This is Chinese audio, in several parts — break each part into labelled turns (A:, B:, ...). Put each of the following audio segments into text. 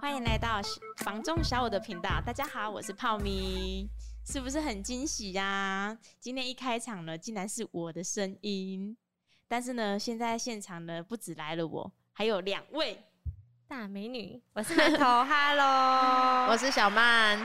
A: 欢迎来到房仲小五的频道。大家好，我是泡咪，是不是很惊喜呀、今天一开场呢，竟然是我的声音。但是呢，现在现场呢，不止来了我，还有两位。
B: 大美女，我是馒头，Hello，
C: 我是小曼，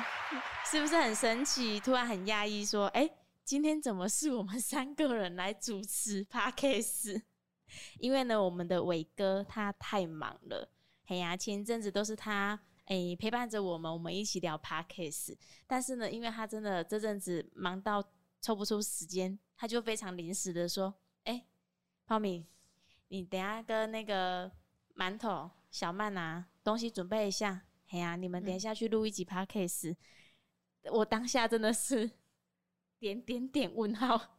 A: 是不是很神奇？突然很压抑，说：“哎、今天怎么是我们三个人来主持 podcast？” 因为呢，我们的伟哥他太忙了，嘿呀、前一阵子都是他哎、陪伴着我们，我们一起聊 podcast。但是呢，因为他真的这阵子忙到抽不出时间，他就非常临时的说：“哎、泡米，你等一下跟那个馒头、小曼啊，东西准备一下。嘿呀、你们等一下去录一集 podcast、我当下真的是点点点问号，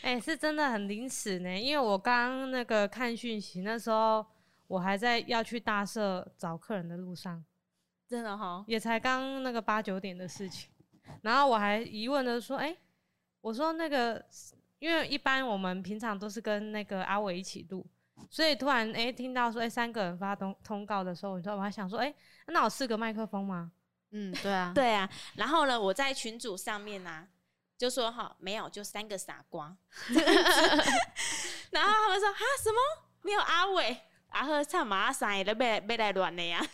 B: 哎、是真的很临时呢，因为我刚那个看讯息，那时候我还在要去大社找客人的路上，
A: 真的哈，
B: 也才刚那个八九点的事情，然后我还疑问的说，哎、我说那个，因为一般我们平常都是跟那个阿伟一起录，所以突然哎、听到说哎、三个人发通通告的时候，你知道我还想说，哎、那我四个麦克风吗？
C: 嗯，对啊，
A: 对啊。然后呢，我在群组上面啊，就说哈，没有，就三个傻瓜。 然后他们说哈什么？没有阿伟，啊阿赫唱马三也都被被来乱了呀。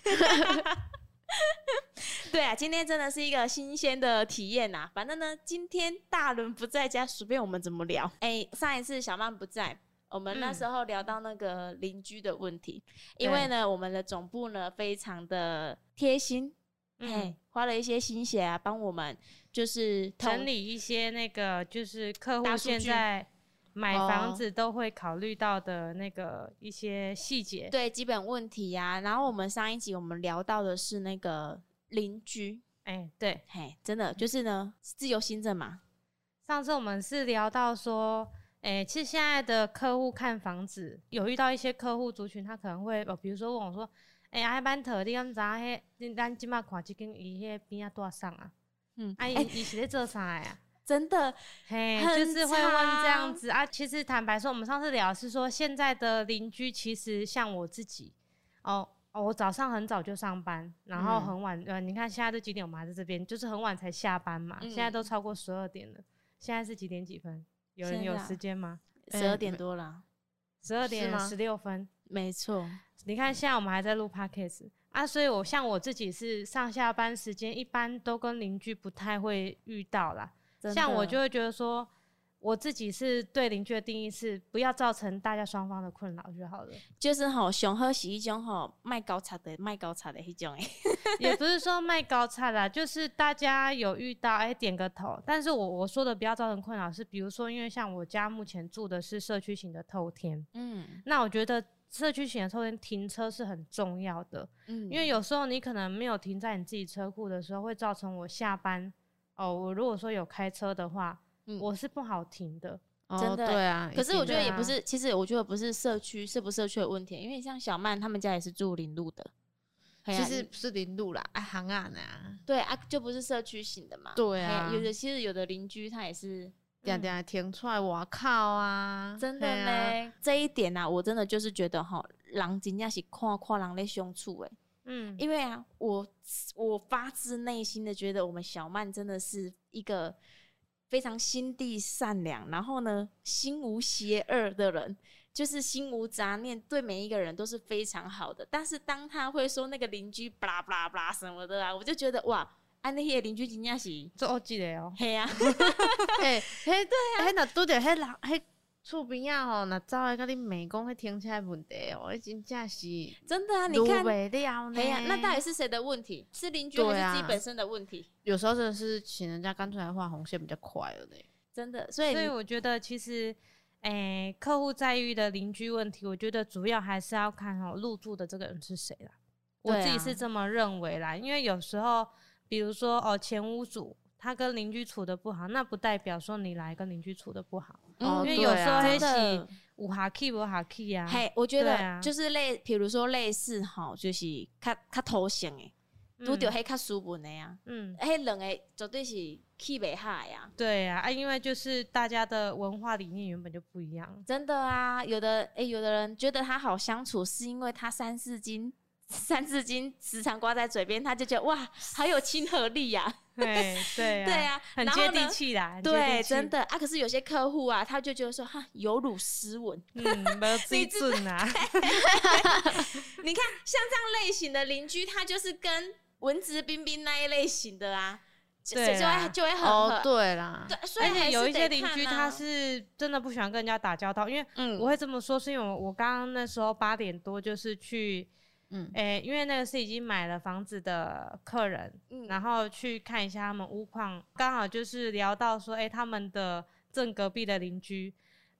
A: 对啊，今天真的是一个新鲜的体验呐、反正呢，今天大伦不在家，随便我们怎么聊。哎、上一次小曼不在，我们那时候聊到那个邻居的问题，因为呢，我们的总部呢非常的贴心，哎、
B: 嗯，
A: 花了一些心血啊，帮我们就是
B: 整
A: 统
B: 理一些那个就是客
A: 大
B: 户
A: 数
B: 现
A: 据
B: 在买房
C: 哦
B: 子都会考虑到的那个一些细节。
A: 对基本问题呀、然后我们上一集我们聊到的是那个邻居，
B: 哎，对，
A: 嘿，真的就是呢自由新政嘛，
B: 上次我们是聊到说，哎，其实现在的客户看房子，有遇到一些客户族群，他可能会，呃，比如说问我说，哎，阿班特，你刚才迄，你咱今麦看这间伊迄边啊多上啊？
A: 嗯，
B: 啊，
A: 哎、
B: 伊伊是咧做啥啊呀？
A: 真的
B: 嘿，
A: 很
B: 就是会问这
A: 长
B: 样子啊。其实坦白说，我们上次聊的是说，现在的邻居其实像我自己哦。哦，我早上很早就上班，然后
C: 嗯
B: 很晚，呃，你看现在都几点？我们还在这边，就是很晚才下班嘛。现在
A: 嗯
B: 都超过十二点了，现在是几点几分？有人
A: 现
B: 有
A: 在啊
B: 时间吗？
A: 十二点多了，
B: 十二
C: 是
B: 点
C: 吗
B: 十六分。
A: 没错，
B: 你看现在我们还在录 podcast 啊，所以我像我自己是上下班时间一般都跟邻居不太会遇到啦。
A: 真的
B: 像我就会觉得说，我自己是对邻居的定义是不要造成大家双方的困扰 就好了，
A: 就是吼熊喝洗衣种吼卖高茶的卖高茶的一种哎、
B: 也不是说卖高菜啦，就是大家有遇到哎、点个头。但是我我说的不要造成困扰是，比如说因为像我家目前住的是社区型的透天，
A: 嗯
B: 那我觉得社区型的透天停车是很重要的，
A: 嗯
B: 因为有时候你可能没有停在你自己车库的时候，会造成我下班哦，我如果说有开车的话，
A: 嗯
B: 我是不好停的。
C: 哦
A: 真的欸
C: 对啊，
A: 可是我觉得
B: 对
A: 也
B: 啊
A: 不是，其实我觉得不是社区是不社区的问题，因为像小曼他们家也是住林路的，嘿
C: 其
A: 啊
C: 实
A: 你
C: 不是零度啦，啊，行啊呢，
A: 对啊，就不是社区型的嘛。
C: 对
A: 嘿
C: 啊，
A: 有的其实有的邻居他也是
C: 点点停出来，我靠啊，
A: 真的
C: 嘿啊，
A: 呢，这一点啊，我真的就是觉得哈，狼真正是看看人类相处哎，
B: 嗯，
A: 因为啊，我我发自内心的觉得我们小曼真的是一个非常心地善良，然后呢心无邪恶的人，就是心无杂念，对每一个人都是非常好的。但是当他会说那个邻居巴拉巴拉巴拉什么的啊，我就觉得哇，安那些邻居真正是
B: 做欧记的哦。
A: 黑啊，
C: 嘿，嘿，对啊，嘿，那拄着嘿人嘿。厝边啊吼，若走来甲你美讲，迄停车的问题哦，迄真正是
A: 真的啊，你
C: 撸
A: 看。
C: 袂了呢
A: 哎。
B: 嗯
A: 呀，那到底是谁的问题？是邻居
C: 对
A: 还
C: 啊
A: 是自己本身的问题？
C: 有时候真的是请人家干脆来画红线比较快了呢。
A: 真的，所以
B: 所以
A: 你
B: 我觉得其实，诶、客户在遇的邻居问题，我觉得主要还是要看哦入住的这个人是谁啦。我
A: 对啊
B: 自己是这么认为啦，因为有时候，比如说哦前屋主他跟邻居处的不好，那不代表说你来跟邻居处的不好，
A: 嗯
C: 哦
B: 因为
C: 对
B: 有时候
C: 啊
B: 黑
A: 真
B: 起
A: 的，
B: 有哈 key 无哈 key 啊。
A: 嘿，我觉
B: 对
A: 得
B: 啊
A: 就是类，比如说类似吼，就是较较头型诶，拄着
B: 嗯
A: 迄较斯文的呀，
B: 嗯，
A: 迄两个绝对是气袂下呀。
B: 对啊，啊，因为就是大家的文化理念原本就不一样。
A: 真的啊，有的诶、有的人觉得他好相处，是因为他三四斤 三字经时常挂在嘴边，他就觉得哇，好有亲和力呀、
B: 对对
A: 对啊
B: 很
A: 然
B: 接
A: 后
B: 地
A: 呢
B: 气啦，很接地
A: 对，
B: 气
A: 真，的啊。可是有些客户啊，他就觉得说哈，有辱斯文。
B: 嗯， 没有自己
A: 知
B: 准啊，
A: 你看，像这样类型的邻居，他就是跟文质彬彬那一类型的啊，就
B: 对
A: 就
B: 啦
A: 会就会很
C: 哦，
A: 合。
C: 对啦，
A: 对，所以
B: 而且
A: 还
B: 有
A: 是
B: 一些
A: 得
B: 邻
A: 看
B: 居
A: 啊
B: 他是真的不喜欢跟人家打交道，因为
C: 嗯
B: 我会这么说，是因为我我刚刚那时候八点多就是去，
C: 嗯
B: 诶、因为那个是已经买了房子的客人，
A: 嗯
B: 然后去看一下他们屋况，刚好就是聊到说，诶、他们的正隔壁的邻居，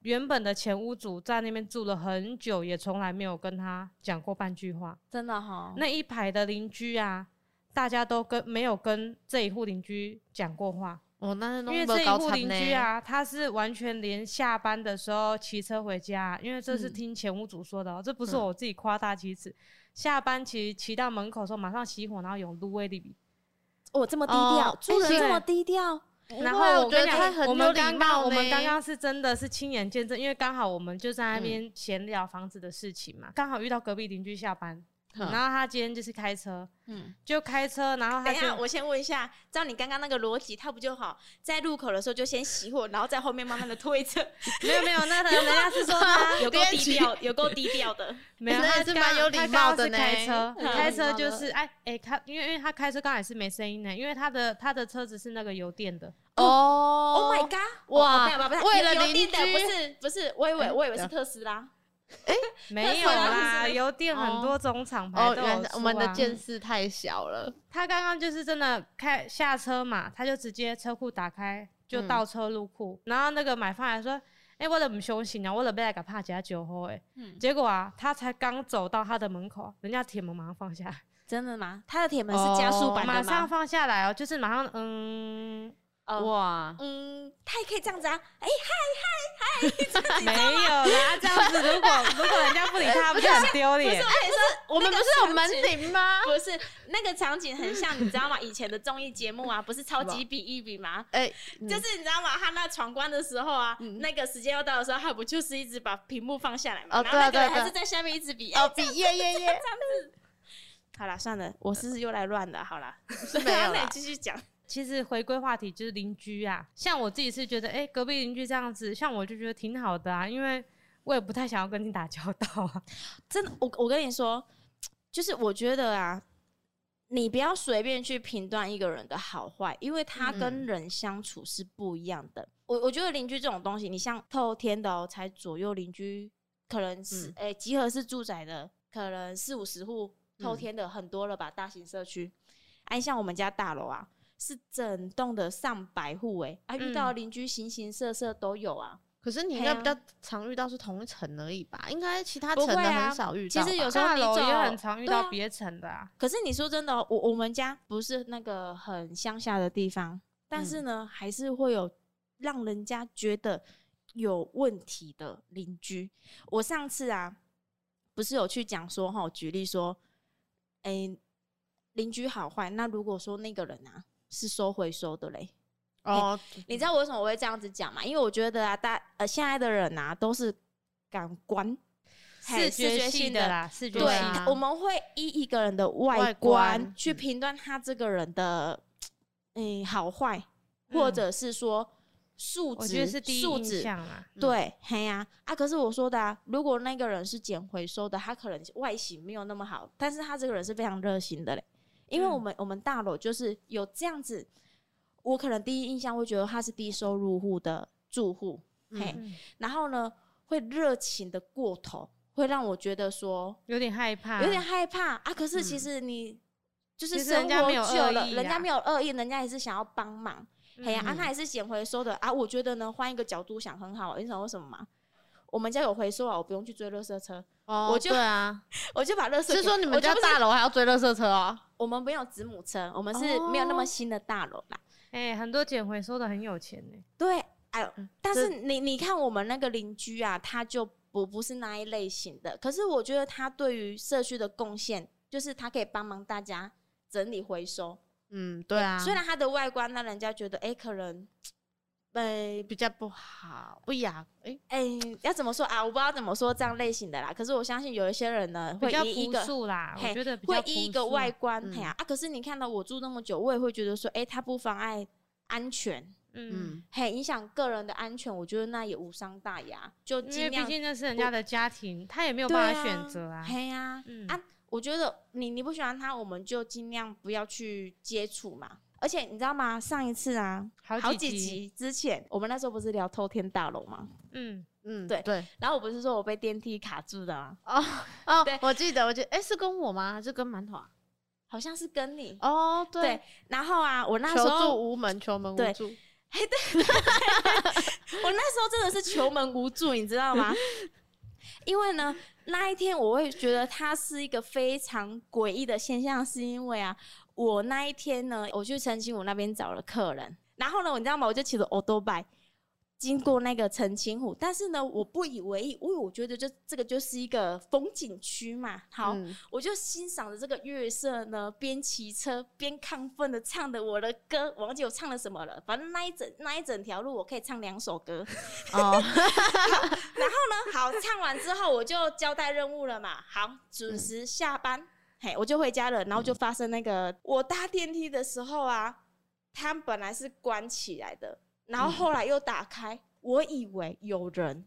B: 原本的前屋主在那边住了很久，也从来没有跟他讲过半句话。
A: 真的哈，
B: 那一排的邻居啊，大家都跟没有跟这一户邻居讲过话，
C: 我那
B: 因为这一户邻居，啊，他是完全连下班的时候骑车回家，因为这是
C: 嗯
B: 听前屋主说的、哦，这不是
C: 嗯
B: 我自己夸大其词。下班骑骑到门口的时候，马上熄火，然后用芦苇里。
A: 我这么低
C: 哦
A: 调，住人
C: 哎
A: 这
C: 对
A: 么低调，
B: 然后
C: 会我
B: 我跟
C: 觉得
B: 你讲
C: 他很
B: 我
C: 有
B: 们
C: 礼
B: 刚
C: 貌
B: 刚我们
C: 呢嗯
B: 刚刚是真的是亲眼见证，因为刚好我们就在那边闲聊房子的事情嘛，刚好遇到隔壁邻居下班，然后他今天就是开车，
C: 嗯，
B: 就开车，然后
A: 等
B: 他
A: 一下，
B: 就
A: 我先问一下，照你刚刚那个逻辑，他不就好在入口的时候就先熄火，然后在后面慢慢的推着，
B: 没有没有， 那他人家是说他
A: 有够
C: 边
A: 低
C: 骑
A: 调，有够低调的。
B: 没有，
C: 那
B: 他
C: 也是
B: 刚
C: 蛮有礼
B: 他
C: 貌
B: 刚
C: 的
B: 是开
C: 呢
B: 车，
A: 很有
B: 开
C: 礼
B: 车
C: 貌
B: 就
C: 的
B: 是哎哎，他因为因为他开车刚才是没声音的，因为他的他的车子是那个油电的，
C: 哦
A: Oh my god！
C: 哇
A: 没有没有没有，
C: 为了
A: 有有
C: 邻
A: 电的
C: 居
A: 不是不是，我以为
C: 嗯
A: 我以为
C: 对
A: 是
C: 啊
A: 特斯拉，
B: 没
A: 是
B: 有
A: 吗
B: 啦，
A: 是
B: 油电很
C: 哦
B: 多种厂牌
C: 哦，
B: 都
C: 原
B: 有
C: 来
B: 出
C: 我们的
B: 啊
C: 见识太小了，
B: 他刚刚就是真的开下车嘛，他就直接车库打开就
C: 嗯
B: 倒车入库，然后那个买方还说：“哎、我怎么休息啊？我怎么来个怕加酒后？”哎，
A: 嗯
B: 结果啊，他才刚走到他的门口，人家铁门马上放下，
A: 真的吗？它的铁门是加速
C: 哦
A: 版
B: 马
A: 的
B: 上
A: 吗？
B: 放下来哦，就是马上嗯，
A: 哦
C: 哇，
A: 嗯，它也可以这样子啊，哎，
B: 没有啦，这样子如果如果人家不理他，不是很丢脸？
A: 哎
C: 我们不是有门 铃吗？
A: 不是那个场景很像，你知道吗？以前的综艺节目啊，不是超
C: 什么
A: 级比一比吗？
C: 哎，
A: 就是你知道吗？他那闯关的时候啊，
C: 嗯
A: 那个时间要到的时候，他不就是一直把屏幕放下来嘛？
C: 哦
A: 然后
C: 对啊
A: 那个人
C: 对啊对啊
A: 还是在下面一直比。
C: 哦，比耶耶耶，
A: 好啦，算了，我是又来乱了。好啦，
C: 没有
A: 那你
C: 啦，
A: 继续讲。
B: 其实回归话题就是邻居啊，像我自己是觉得，哎、隔壁邻居这样子，像我就觉得挺好的啊，因为我也不太想要跟你打交道 啊。
A: 真的，我我跟你说，就是我觉得啊，你不要随便去评断一个人的好坏，因为他
C: 嗯
A: 跟人相处是不一样的。我我觉得邻居这种东西，你像透天的、哦，才左右邻居，可能是
C: 嗯
A: 诶、集合式住宅的，可能四五十户透
C: 嗯
A: 天的很多了吧，大型社区。哎、像我们家大楼啊，是整栋的上百户哎、啊，遇到
B: 嗯
A: 邻居形形色色都有啊。
C: 可是你应该比较常遇到是同一层而已吧？应该其他
A: 不
C: 层
A: 会
C: 的
A: 啊
C: 很少遇到吧。
A: 其实有时候
B: 大
A: 你
B: 楼
A: 走
B: 也很常遇
A: 对
B: 到
A: 啊
B: 别层的啊。
A: 可是你说真的哦、我我们家不是那个很乡下的地方，但
B: 嗯
A: 是呢，还是会有让人家觉得有问题的邻居。我上次啊，不是有去讲说哈，举例说，哎、邻居好坏，那如果说那个人啊是收回收的嘞，
C: 哦，
A: 哎你知道为什么我会这样子讲吗？因为我觉得啊，大呃现在的人啊都是感官。嘿
B: 视觉系
A: 性
B: 的啦，视觉
A: 对，
B: 系
C: 对
B: 的
C: 啊
A: 我们会依一个人的外
C: 外
A: 观
C: 观
A: 去评断他这个人的嗯好坏，或者是说素
B: 嗯我觉
A: 质
B: 得是第一
A: 素
B: 印
A: 质。
B: 象啊啦。
C: 嗯
A: 对，嘿呀、啊，可是我说的啊，如果那个人是捡回收的，他可能外形没有那么好，但是他这个人是非常热心的嘞。因为我
B: 嗯
A: 们、我们大楼就是有这样子，我可能第一印象会觉得他是低收入户的住户，嘿，
B: 嗯
A: 然后呢会热情的过头，会让我觉得说
B: 有点害怕，
A: 有点害怕啊。可是其
C: 嗯
A: 实你就是
B: 其实
A: 生
B: 人家
A: 活
B: 没有
A: 久
B: 恶
A: 了，
B: 意
A: 人家
B: 啦
A: 没有恶意，人家也是想要帮忙。哎呀，啊，
C: 嗯
A: 他也是捡回收的啊。我觉得呢，换一个角度想很好。你知道为什么吗？我们家有回收啊，我不用去追垃圾车，
C: 哦，
A: 我就
C: 对啊，
A: 我就把垃圾给。
C: 是说你
A: 我
C: 们
A: 就
C: 家
A: 不是
C: 大楼还要追垃圾车哦？
A: 我们没有子母车，我们是没有那么新的大楼啦。
B: 哎，很多捡回收的很有钱呢。
A: 对，哎呦，但
C: 这
A: 是你你看我们那个邻居啊，他就不不是那一类型的。可是我觉得他对于社区的贡献，就是他可以帮忙大家整理回收。
C: 嗯，对啊，
A: 虽然它的外观让人家觉得，哎、可能不呃，
C: 比较不好，不雅，诶，
A: 哎、要怎么说啊？我不知道怎么说这样类型的啦。可是我相信有一些人呢，
B: 比
A: 会
B: 较
A: 以一
B: 朴
A: 个
B: 素啦，我
A: 嘿
B: 觉得比
A: 会
B: 较
A: 依一
B: 朴
A: 个
B: 素
A: 外观，
C: 嗯
A: 哎呀、啊，可是你看到我住那么久，我也会觉得说，哎、它不妨碍安全，
B: 嗯，
C: 嗯，
A: 嘿，影响个人的安全，我觉得那也无伤大雅，就
B: 因为
A: 尽
B: 毕
A: 量
B: 竟那是人
A: 不
B: 家的家庭，他也没有
A: 嗯对
B: 办法
A: 啊
B: 选择啊。
A: 嘿呀、
B: 嗯
A: 啊，我觉得你你不喜欢它，我们就尽量不要去接触嘛。而且你知道吗？上一次啊，
B: 好
A: 好
B: 几
A: 几
B: 集，
A: 集之前，我们那时候不是聊偷天大楼吗？
B: 嗯，
C: 嗯，
A: 对
C: 对，
A: 然后我不是说我被电梯卡住的吗？
C: 哦哦
A: 对，
C: 我记得，我记得，诶，是跟我吗？还是跟馒头啊？
A: 好像是跟你。
C: 哦，
A: 对，然后啊，我那时
C: 求助
A: 候，
C: 无门，求门无
A: 对
C: 助，
A: 我那时候真的是求门无助，你知道 吗？因为呢，那一天我会觉得它是一个非常诡异的现象，是因为啊，我那一天呢，我去澄清湖那边找了客人，然后呢，你知道吗？我就骑着 o d o b i 经过那个澄清湖，但是呢，我不以为意，因为我觉得就这个就是一个风景区嘛。好，
C: 嗯
A: 我就欣赏着这个月色呢，边骑车边亢奋的唱着我的歌，我忘记我唱了什么了，反正那一整那一整条路我可以唱两首歌。
C: 哦，
A: 那好，唱完之后我就交代任务了嘛，好，准时下班，嘿，我就回家了，然后就发生那个我搭电梯的时候啊，它本来是关起来的，然后后来又打开，我以为有人。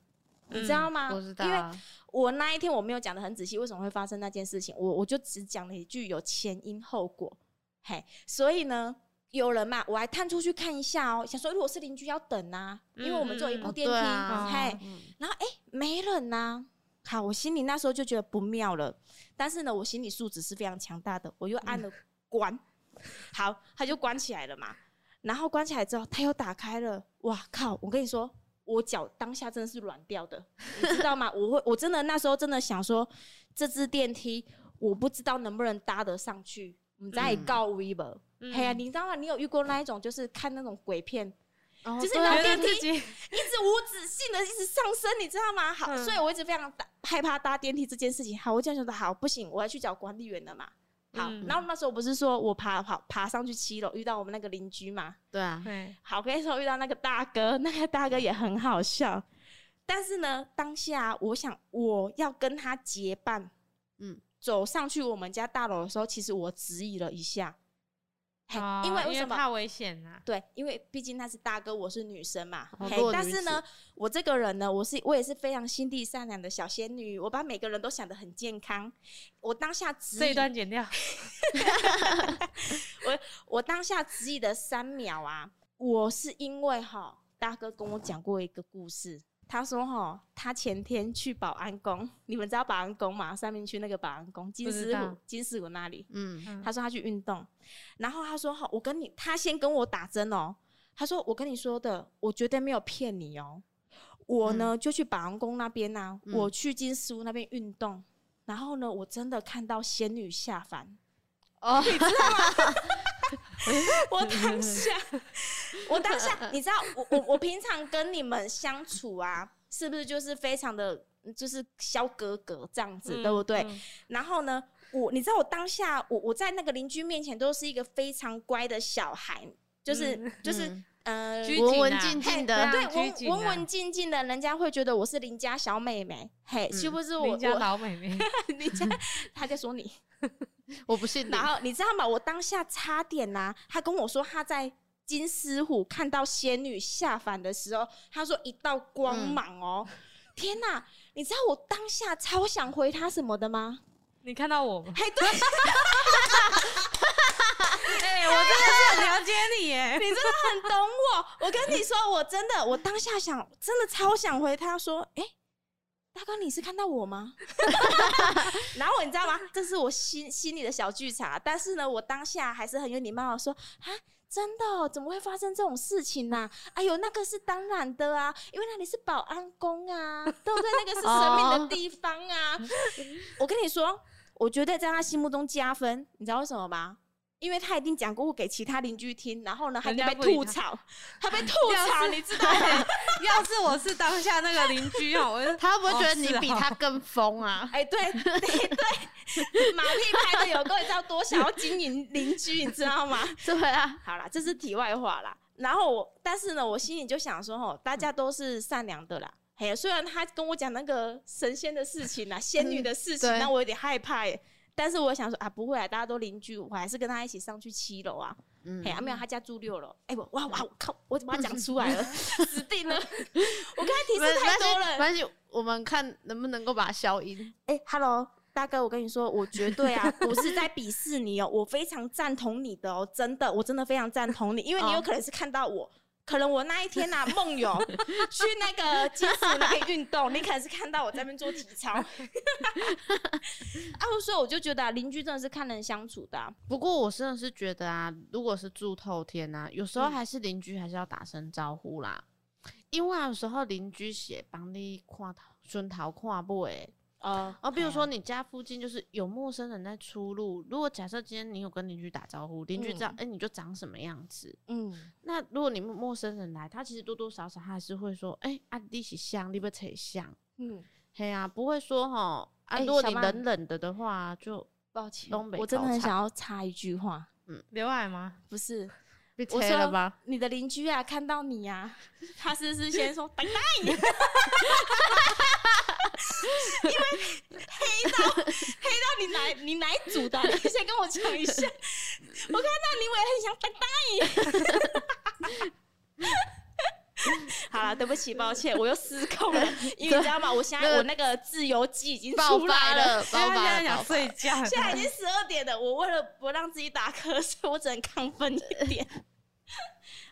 A: 你知道吗？
C: 不知道
A: 因为
C: 啊，
A: 我那一天我没有讲的很仔细，为什么会发生那件事情，我我就只讲了一句有前因后果，嘿，所以呢。有人嘛，我还探出去看一下哦，想说如果是邻居要等啊，因为我们只有一
B: 嗯嗯嗯
A: 部
B: 哦
A: 电梯，
C: 对啊
A: 嘿，
C: 嗯
A: 没人呐、好，我心里那时候就觉得不妙了，但是呢，我心理素质是非常强大的，我又按了关，好，它就关起来了嘛。然后关起来之后，它又打开了，哇靠！我跟你说，我脚当下真的是软掉的，你知道吗？ 我会，我真的那时候真的想说，这只电梯我不知道能不能搭得上去，我们再
C: 嗯
A: 告 v 吧。
B: 嗯
A: 哎呀，你知道吗？你有遇过那一种，就是看那种鬼片，
C: 哦
A: 就是
C: 对
A: 那
C: 啊
B: 觉
A: 电
B: 得
A: 梯
B: 自己
A: 一直无止境的一直上升，你知道吗？好，
B: 嗯
A: 所以我一直非常打害怕搭电梯这件事情。好，我就想说，好，不行，我要去找管理员了嘛。好，
B: 嗯
A: 然后那时候不是说我爬爬爬上去七楼，遇到我们那个邻居嘛。
C: 对啊，
B: 对，
A: 好，我跟你说，遇到那个大哥，那个大哥也很好笑。但是呢，当下我想我要跟他结伴，
C: 嗯
A: 嗯，走上去我们家大楼的时候，其实我迟疑了一下，嘿
B: 哦
A: 因为为
B: 因
A: 什么？
B: 怕危险啊呐？
A: 对，因为毕竟他是大哥，我是女生嘛。
C: 哦
A: 嘿
C: 弱，
A: 但
C: 女
A: 是呢，我这个人呢，我是我也是非常心地善良的小仙女，我把每个人都想得很健康。我当下
B: 这
A: 质
B: 一
A: 疑，
B: 段剪掉，
A: 我当下质疑的三秒啊，我是因为哈，大哥跟我讲过一个故事。他说：“哈，他前天去保安宫，你们知道保安宫吗？三明区那个保安宫，金
B: 不知
A: 丝
B: 道
A: 湖，金丝湖那里。
C: 嗯，
B: 嗯
A: 他说他去运动，然后他说好，我跟你，他先跟我打针哦。他说我跟你说的，我绝对没有骗你哦。
B: 嗯
A: 我呢、就去保安宫那边呐、
C: 嗯
A: 我去金丝屋那边运动，然后呢，我真的看到仙女下凡。
C: 哦，
A: 我当下，我当下，你知道，我我我平常跟你们相处啊，是不是就是非常的，嗯就是小格格这样子，对不对？
B: 嗯？
A: 然后呢，我你知道我当下我我在那个邻居面前都是一个非常乖的小孩，就是、
B: 嗯
A: 就是
C: 嗯
A: 呃，
B: 拘
C: 文
B: 谨
C: 文
B: 啊
C: 静静
B: 对
C: 的
B: 啊，
A: 对
B: 拘谨
A: 文
B: 啊
A: 文文静静的，人家会觉得我是邻家小妹妹，嘿，
C: 嗯
A: 是不是我
B: 邻家
A: 我
B: 老妹妹，
A: 邻 家他在说你，
C: 我不信你
A: 然，后你知道吗？我当下差点呐、他跟我说他在。金丝虎看到仙女下凡的时候，他说一道光
C: 嗯
A: 芒哦，天哪！你知道我当下超想回他什么的吗？
B: 你看 到我吗？
A: 嘿，对，
B: 哎， 我真的是很了解你耶。
A: 你真的很懂我。我跟你说，我真的，我当下想，真的超想回他说，哎、大哥，你是看到我吗？ 然后你知道吗？这是我心心里的小剧场啊，但是呢，我当下还是很有礼貌的说啊，真的、哦，怎么会发生这种事情呢、哎呦，那个是当然的啊，因为那里是保安宫啊，对不对？那个是神秘的地方啊。我跟你说，我绝对在他心目中加分，你知道为什么吗？因为他一定讲过给其他邻居听，然后呢，他
B: 人
A: 就
B: 家
A: 被
B: 不理
A: 吐
B: 他
A: 槽，他被吐
B: 要
A: 槽，
B: 是
A: 你知道吗？
B: 对要是我是当下那个邻居哦，我就
C: 他会不会觉得
B: 哦
C: 你
A: 啊
B: 是
C: 比
B: 哦
C: 他更疯啊？
A: 哎、对 对对，马屁拍的有够，你知道多想要经营邻居，你知道吗？
C: 对啊，
A: 好啦，这是题外话啦。然后我，但是呢，我心里就想说，吼，大家都是善良的啦。哎呀，虽然他跟我讲那个神仙的事情啦、仙女的事情，
B: 嗯
C: 对
A: 那我有点害怕耶。但是我想说啊，不会啊，大家都邻居，我还是跟他一起上去七楼啊。
C: 嗯
A: 哎呀、啊，没有，他家住六楼。哎、我哇哇，我靠，我怎么讲出来 了？死定了！我刚才提示太多了
C: 没。关系，我们看能不能够把它消音。
A: 哎、h e l l o 大哥，我跟你说，我绝对啊，不是在鄙视你哦，我非常赞同你的哦，真的，我真的非常赞同你，因为你
C: 哦
A: 有可能是看到我。可能我那一天啊，梦 游去那个基础那个运动，你可能是看到我在那边做体操， 啊，所以我就觉得啊邻、居真的是看人相处的啊、
C: 不过我真的是觉得啊，如果是住透天啊，有时候
A: 嗯
C: 还是邻居还是要打声招呼啦，因为啊有时候邻居写帮你跨头顺头跨步诶。
A: 呃，
C: 哦，比如说你家附近就是有陌生人在出入，如果假设今天你有跟邻居打招呼，邻居知道，哎、你就长什么样子。
A: 嗯，
C: 那如果你们陌生人来，他其实多多少少他还是会说，哎、啊，你是像，你不扯像，
A: 嗯，
C: 嘿啊，不会说哈。啊，
A: 哎
C: 如果
A: 小
C: 你
A: 曼
C: 冷冷的的话， 就
A: 抱歉
C: 东北
A: 我真的很
C: 高产
A: 想要插一句话，
B: 刘海吗？
A: 不是，
C: 被
A: 我
C: 扯
A: 说
C: 了吧？
A: 你的邻居啊，看到你 啊，他是不是先说拜拜？因为黑到黑到你哪你哪一组的啊、你先跟我讲一 下。我看到你，我也很想拜拜。好了，对不起，抱歉，我又失控 了，因为你知道吗？我现在我那个自由基已经
C: 爆
A: 出
C: 发
A: 来了。
C: 了，爆
B: 因为他
C: 发
B: 现在
C: 了，
B: 想
C: 爆发了
B: 睡 觉，
A: 现在已经十二点了，我为了不让自己打瞌睡，我只能亢奋一 点。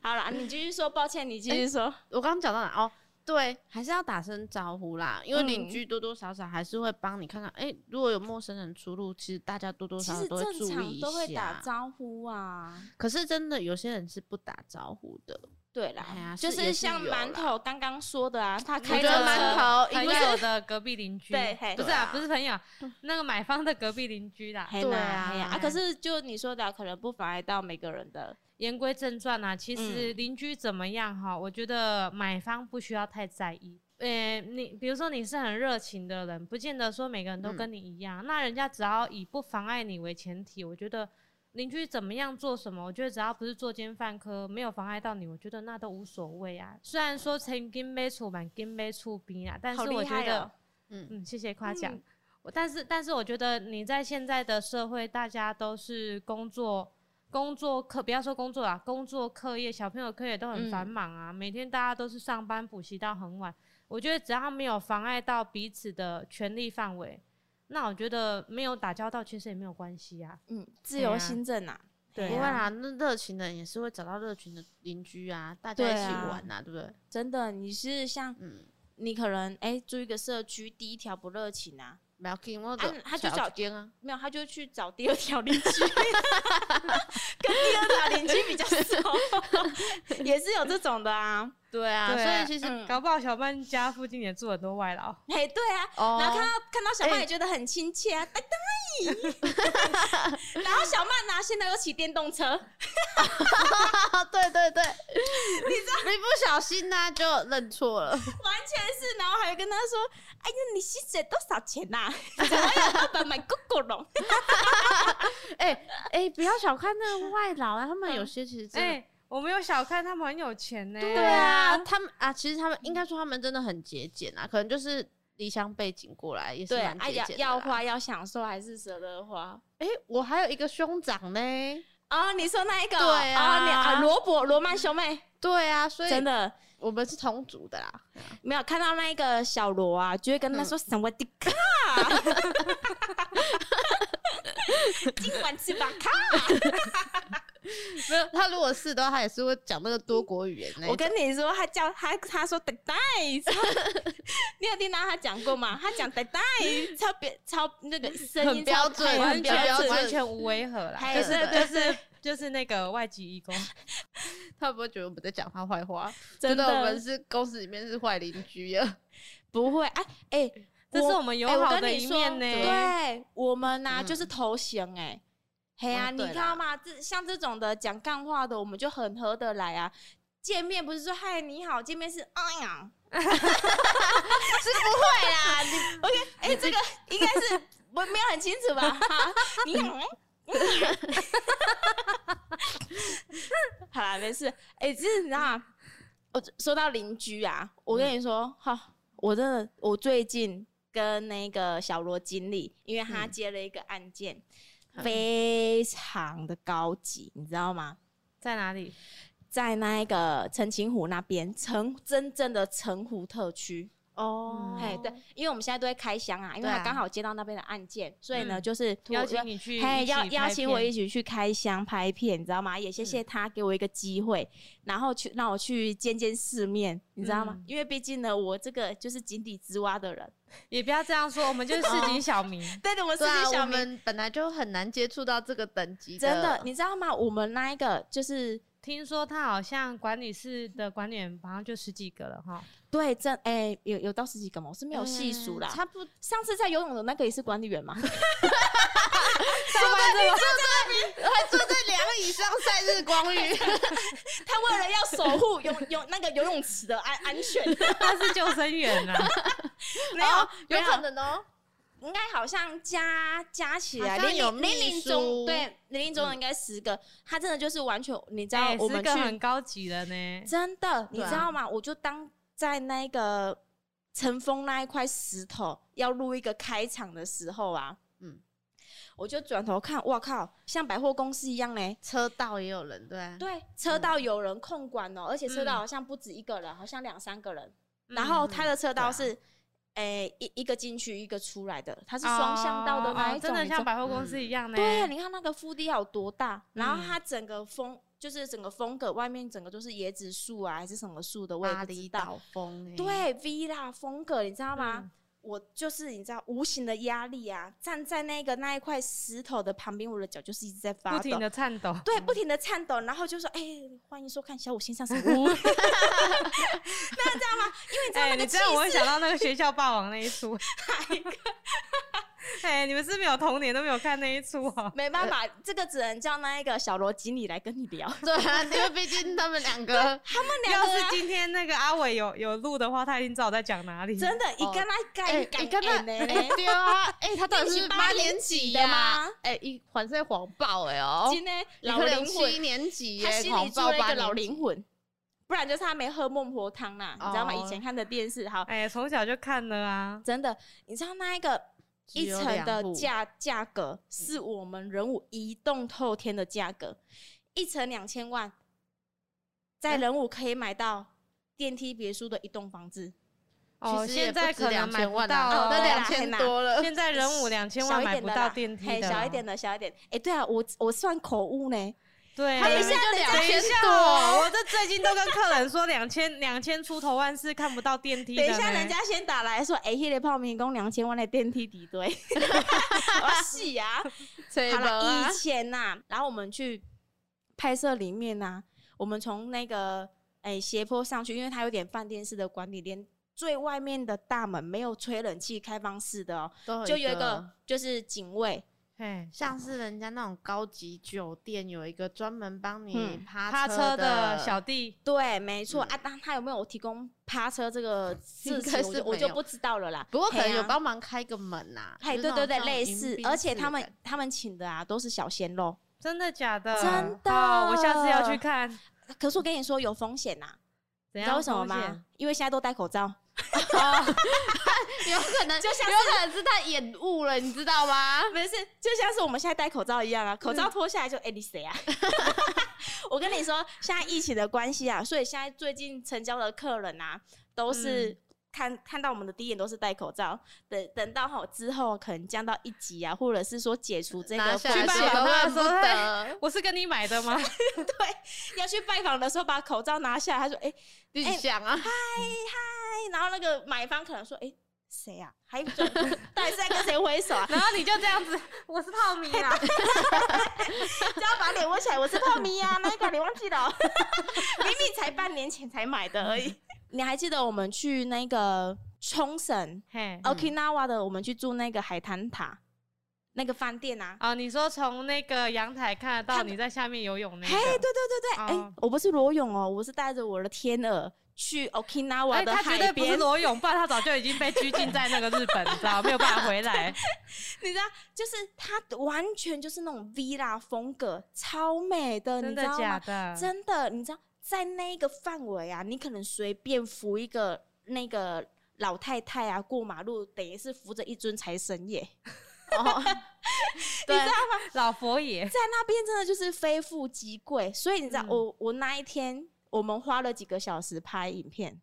A: 好了，你继续说，抱歉，你继续说。
C: 我刚刚讲到哪？哦，对，还是要打声招呼啦，因为
A: 嗯
C: 邻居多多少少还是会帮你看看。哎、如果有陌生人出入，其实大家多多
A: 其
C: 少
A: 实
C: 少都会
A: 正
C: 注意
A: 常
C: 一
A: 都会打
C: 下。
A: 招呼啊，
C: 可是真的有些人是不打招呼的，
A: 对啦，
C: 哎呀
A: 就是
C: 也是
A: 像
C: 有
A: 馒
C: 啦
A: 头刚刚说的啊，他
C: 我
A: 开
C: 觉
A: 着
C: 得
A: 车，
C: 馒头
B: 朋
C: 因为
B: 友的隔壁邻居，
A: 对嘿嗯
B: 不是
C: 对
B: 啊，
C: 啊
B: 不是朋友，那个买方的隔壁邻居啦。
A: 嘿
C: 对
A: 呐
C: 啊
A: 嘿呀啊，可是就你说的啊，可能不妨碍到每个人的，
B: 言归正传啊，其
A: 嗯
B: 实邻居怎么样哈，我觉得买方不需要太在意。呃、你比如说你是很热情的人，不见得说每个人
A: 嗯
B: 都跟你一样。那人家只要以不妨碍你为前提，我觉得邻居怎么样做什么，我觉得只要不是作奸犯科，没有妨碍到你，我觉得那都无所谓啊。虽然说曾经被处满，今被处兵啊，但是
A: 好
B: 我
A: 厉
B: 觉
A: 害
B: 得，
A: 哦
C: 嗯，
B: 嗯，谢谢夸奖。
A: 嗯
B: 我但是但是我觉得你在现在的社会，大家都是工作、工作课，不要说工作啦，工作、课业，小朋友课业都很
A: 嗯
B: 繁忙啊，每天大家都是上班补习到很晚。我觉得只要没有妨碍到彼此的权利范围，那我觉得没有打交道其实也没有关系啊。
A: 嗯，自
B: 嘿啊
A: 由新政啊，
B: 对
C: 不会
B: 啊
C: 啦，那热情的人也是会找到热情的邻居啊，大家
A: 对
C: 一起
A: 啊
C: 玩啊，对不对？
A: 真的，你是像
C: 嗯，
A: 你可能哎住一个社区，第一条不热情啊，
C: 不要紧，我
A: 啊他就找
C: 间啊，
A: 没有，他就去找第二条邻居，跟第二条邻居比较熟，也是有这种的啊。
C: 对啊，
B: 对啊
C: 所以其实
A: 嗯，
B: 搞不好小曼家附近也住很多外劳，
A: 嘿，对啊。
C: 哦
A: 然后看到看到小曼
C: 哎
A: 也觉得很亲切啊，大 大姨。然后小曼呢、现在又骑电动车，
C: 对对对，你你不小心呢、就认错了，
A: 完全是，然后还跟他说：“哎呀，你薪水多少钱呐、啊？ 怎么要爸爸买狗狗笼？
C: 哎哎、不要小看那个外劳啊，他们有些其实真的
B: 哎、我没有小看他们很有钱呢、
C: 对啊，他们啊，其实他们应该说他们真的很节俭啊，可能就是离乡背景过来也是
A: 对，
C: 蛮
A: 哎
C: 节
A: 呀，
C: 俭的啦。
A: 要花要享受还是舍得花？
C: 哎、我还有一个兄长呢。
A: 哦，你说那一个哦？
C: 对啊
A: 哦你啊，罗伯罗曼兄妹，
C: 对啊，所以
A: 真的。”
C: 我们是同族的 啦。
A: 没有看到那一个小罗啊，就会跟他说“什么的卡”，今晚吃吧卡。
C: 没有，他如果是的话，他也是会讲那个多国语言那欸
A: 嗯
C: 一
A: 我
C: 种。
A: 跟你说，他叫他他说“呆呆”，你有听到他讲过吗？他讲“呆呆”，超别超那个声音
C: 很标
A: 超
C: 准
A: 哎
B: 完
A: 很标
B: 全
C: 准
B: 完全无违和啦，
A: 还
B: 就
A: 有
B: 是
C: 对
B: 就是就是那个外籍义工，
C: 他不会觉得我们在讲他坏话，觉
A: 真
C: 得我
A: 的
C: 们是公司里面是坏邻居 啊。
A: 不会哎哎，
B: 这是我们友
A: 哎
B: 好
A: 我
B: 的
A: 跟你
B: 一
A: 说
B: 面呢、
A: 对我们呐、
C: 嗯
A: 就是头衔哎、嘿啊，
C: 哦
A: 你
C: 对
A: 看
C: 啦
A: 到吗？这像这种的讲干话的，我们就很合得来啊。见面不是说嗨你好，见 面是哎呀，是不会啦。你 OK？哎、这个应该是我没有很清楚吧？哈你好。嗯 好啦，没事。哎、欸，就是你知道吗，我说到邻居啊，我跟你说，哈、我真的，我最近跟那个小罗经理，因为他接了一个案件，
C: 嗯
A: 非常的高级，你知道吗？
B: 在哪里？
A: 在那一个澄清湖那边，澄真正的澄湖特区，
C: 哦
A: 哎、对，因为我们现在都会开箱啊，因为
C: 对啊
A: 他刚好接到那边的案件，所以呢，
B: 嗯
A: 就是托
B: 邀请你去，
A: 嘿，邀邀请我一
B: 起
A: 起去开箱拍片，你知道吗？也谢谢他给我一个机会，然后去让我去见见世面，你知道吗？
B: 嗯
A: 因为毕竟呢，我这个就是井底之蛙的人，
B: 拍片，也不要这样说，我们就是市
A: 哦
B: 井小民。
A: 对的，我是
C: 对啊，
A: 小
C: 我
A: 明，
C: 们本来就很难接触到这个等级
A: 真
C: 的
A: 的，，你知道吗？我们那一个就是
B: 听说他好像管理室的管理员好像就十几个了哈，
A: 对，真哎、有有到十几个嘛，我是没有细数啦。
C: 嗯差不 多。
A: 上次在游泳的那个也是管理员 嘛，
B: 上班这个
A: 哎
C: 还坐在凉椅上晒日 光浴，
A: 他为了要守护游泳那个游泳池的安安 全，
B: 他是救生员 啊呐，
A: 没有
C: 哦，
A: 没
C: 有可能哦。
A: 应该好像加加起来，
C: 好像
A: 林
C: 有
A: 林林
C: 秘
A: 林中
C: 书
A: 对林林中应该十个，他真的就是完全，你知道
B: 哎，
A: 我
B: 是
A: 们
B: 个
A: 去
B: 很高级的呢。
A: 真的，你
C: 对
A: 知
C: 啊
A: 道吗？我就当在那个尘封那一块石头要录一个开场的时候啊，嗯
C: 嗯，
A: 我就转头看，哇靠，像百货公司一样欸嘞。
C: 车道也有人，对啊，
A: 对，车道有人控管哦，而且车道
B: 嗯
A: 好像不止一个人，好像两三个人。
B: 嗯
A: 然后他的车道
C: 对啊
A: 是，诶、一一个进去一个出来的，它是双向道的
B: 哦
A: 那
B: 哦
A: 一种，
B: 真的
A: 你知道
B: 像百货公司一样呢。
A: 对呀，啊你看那个腹地有多大，然后
B: 嗯
A: 它整个风、就是整个风格，外面整个都是椰子树啊，还是什么树的，我也
C: 巴
A: 不
C: 厘
A: 知道。
C: 岛风欸，
A: 对，villa 风格，你知道吗？
B: 嗯
A: 我就是你知道无形的压力啊，站在那个那一块石头的旁边，我的脚就是一直在发
B: 不
A: 抖，
B: 停的颤抖。
A: 对，不停的颤抖，然后就说：“哎、欢迎收看小五线上什么屋。” 那你知道吗？因为你知道
B: 哎，
A: 那个
B: 你
A: 气
B: 知道我会
A: 势
B: 想到那个学校霸王那 一出。 哎，你们是没有童年都没有看那一出啊？
A: 没办法，这个只能叫那一个小罗经理来跟你聊。
C: 对啊，因为毕竟他们两 个
A: 他们两
B: 要
A: 个、啊、
B: 是今天那个阿伟有有录的话，他一定知道我在讲哪里。
A: 真的，一
C: 哦
A: 跟他干
C: 你
A: 干
C: 跟他
A: 干呢
C: 哎对啊，哎，他到底
A: 你是
C: 是
A: 八
C: 八
A: 年
C: 年
A: 级
C: 级
A: 的
C: 呀
A: 吗？
C: 哎，一环是谎报哎哦，
A: 今天
C: 你
A: 老
C: 可能
A: 灵
C: 七
A: 魂，
C: 年级
A: 他
C: 耶，
A: 心里
C: 谎
A: 住
C: 报
A: 了一
C: 八
A: 个老
C: 年级，
A: 灵魂，不然就是他没喝孟婆汤啦，你知道吗？以
C: 哦
A: 前看的电视，好，
B: 哎，从小就看了啊。
A: 真的，你知道那一个
C: 只
A: 一
C: 有
A: 层
C: 两
A: 的
C: 户
A: 价价格
B: 嗯
A: 是我们人武一栋透天的价格，一层两千万，
B: 哎
A: 在人武可以买到电梯别墅的一栋房子，
B: 哦，
C: 其实也
B: 现
C: 不
B: 在
C: 止
B: 可能
C: 2000
B: 买不
C: 万
B: 到
C: 啊
B: 哦
C: 哦，
A: 对
C: 那
A: 啦
C: 两
A: 很
C: 千
A: 难
C: 多了，
B: 现在人五两千
A: 呃小
B: 万
A: 一
B: 买
A: 点
B: 不
A: 的
B: 到
A: 啦
B: 电梯
A: 嘿
B: 的，
A: 小一点。的，小一点。哎，对啊，我我算口误呢，
B: 对，
A: 他一下
C: 就
B: 等
C: 两
B: 一
C: 千
B: 下哦，
C: 多，
B: 我这最近都跟客人说两千两千出头万是看不到电梯的
A: 等
B: 呢。
A: 一下，人家先打来说，哎、那个泡面工两千万的电梯底 堆， 我洗啊！
C: 吹
A: 好
C: 吧
A: 了，
C: 啊
A: 以前呐、然后我们去拍摄里面呐、我们从那个哎、斜坡上去，因为它有点饭店式的管理，连最外面的大门没有吹冷气，开放式的哦、
C: 都
A: 就有一个就是警卫，
B: 嘿，
C: 像是人家那种高级酒店有一个专门帮你
A: 嗯
C: 趴
B: 趴车的小弟，
A: 对，没错、啊。当他有没有提供趴车这个事
C: 嗯应
A: 情
C: 该，
A: 我
C: 是
A: 就我
C: 没
A: 就
C: 有
A: 不知道了啦。
C: 不过可能
A: 嘿啊
C: 有帮忙开个门呐、
A: 嘿，
C: 就
A: 对对
C: 是那种
A: 对，
C: 像
A: 类
C: 迎
A: 似，
C: 宾
A: 而且
C: 室
A: 他们
C: 的
A: 他们请的啊都是小鲜肉，
B: 真的假的？
A: 真的
B: 哦我下次要去看。
A: 啊可是我跟你说有风险呐、
B: 你
A: 你知道为什么吗？？因为现在都戴口罩。
C: 感觉有 可能，就像有可能是他眼误了，你知道吗？
A: 不是，就像是我们现在戴口罩一样啊，口
C: 嗯
A: 罩脱下来就，哎、你谁啊？ 我跟你说，现在疫情的关系啊，所以现在最近成交的客人啊，都是
B: 嗯
A: 看、看到我们的第一眼都是戴口罩，等等到好之后，可能降到一级啊，或者是说解除这
C: 拿
A: 个
C: 下
A: 封
B: 去
C: 来
B: 拜
A: 锁
B: 访
C: 千
B: 他
C: 万
B: 的
C: 不
B: 时 候
C: 得，
B: 我是跟你买的吗？
A: 要去拜访的时候，把口罩拿下来，他说，哎、
C: 你想 啊，
A: 嗨，然后那个买方可能说，哎、谁啊？还转， 到底是在跟谁挥手啊？
B: 然后你就这样 子，我是泡米
A: 啊
B: 啦。
A: 只要把脸握起来，我是泡米呀、啊，那一款你忘记了 哦？明明才半年前才买的而已。你还记得我们去那个冲绳、
B: 嘿，
A: Okinawa 的，我们去住那个海滩塔那个饭店啊？
B: 哦，你说从那个阳台看得到
A: 看
B: 你在下面游泳那
A: 嘿，对对
B: 个，
A: 对对，哎、
B: 哦
A: 我不是裸泳哦，我是带着我的天鹅去
B: 哎
A: Okinawa 的
B: 他绝
A: 海
B: 对不是
A: 边，
B: 罗永，不然他早就已经被拘禁在那个日本，你知道，没有办法回来。
A: 你知道，就是它完全就是那种 villa 风格，超美的，
B: 真
A: 你
B: 的
A: 知道
B: 假
A: 吗？
C: 嗯
B: 的？
A: 真的，你知道，在那一个范围啊，你可能随便扶一个那个老太太啊过马路，等于是扶着一尊财神爷，
C: 哦，对，
B: 老佛爷，
A: 在那边真的就是非富即贵。所以你知道，
B: 嗯
A: 我我那一天我们花了几个小时拍影片，